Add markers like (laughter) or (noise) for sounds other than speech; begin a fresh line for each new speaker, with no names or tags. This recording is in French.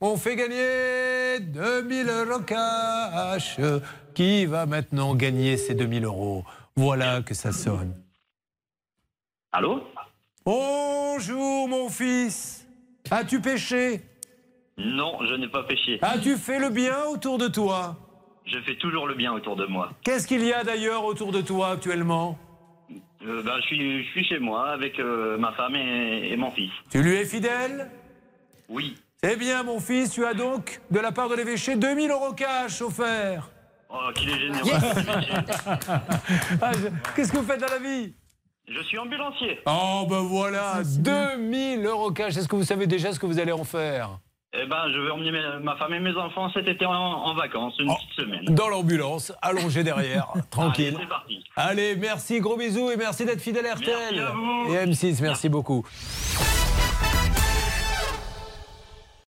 On fait gagner 2000 euros cash. Qui va maintenant gagner ces 2000 euros Voilà que ça sonne.
Allô
Bonjour mon fils. As-tu péché
Non, je n'ai pas péché.
As-tu fait le bien autour de toi
Je fais toujours le bien autour de moi.
Qu'est-ce qu'il y a d'ailleurs autour de toi actuellement
Euh, ben, je, suis, je suis chez moi avec euh, ma femme et, et mon fils.
Tu lui es fidèle
Oui.
Eh bien mon fils, tu as donc de la part de l'évêché 2000 euros cash offerts.
Oh, qu'il est généreux.
Ah, je- Qu'est-ce que vous faites dans la vie
Je suis ambulancier.
Oh ben voilà, 2000 euros cash. Est-ce que vous savez déjà ce que vous allez en faire
Eh ben, je vais emmener mes- ma femme et mes enfants cet été en, en vacances, une petite semaine.
Dans l'ambulance, allongé
(laughs)
derrière, tranquille.
Allez, c'est parti.
Allez, merci, gros bisous et merci d'être fidèle à RTL
à vous.
et M6, merci beaucoup.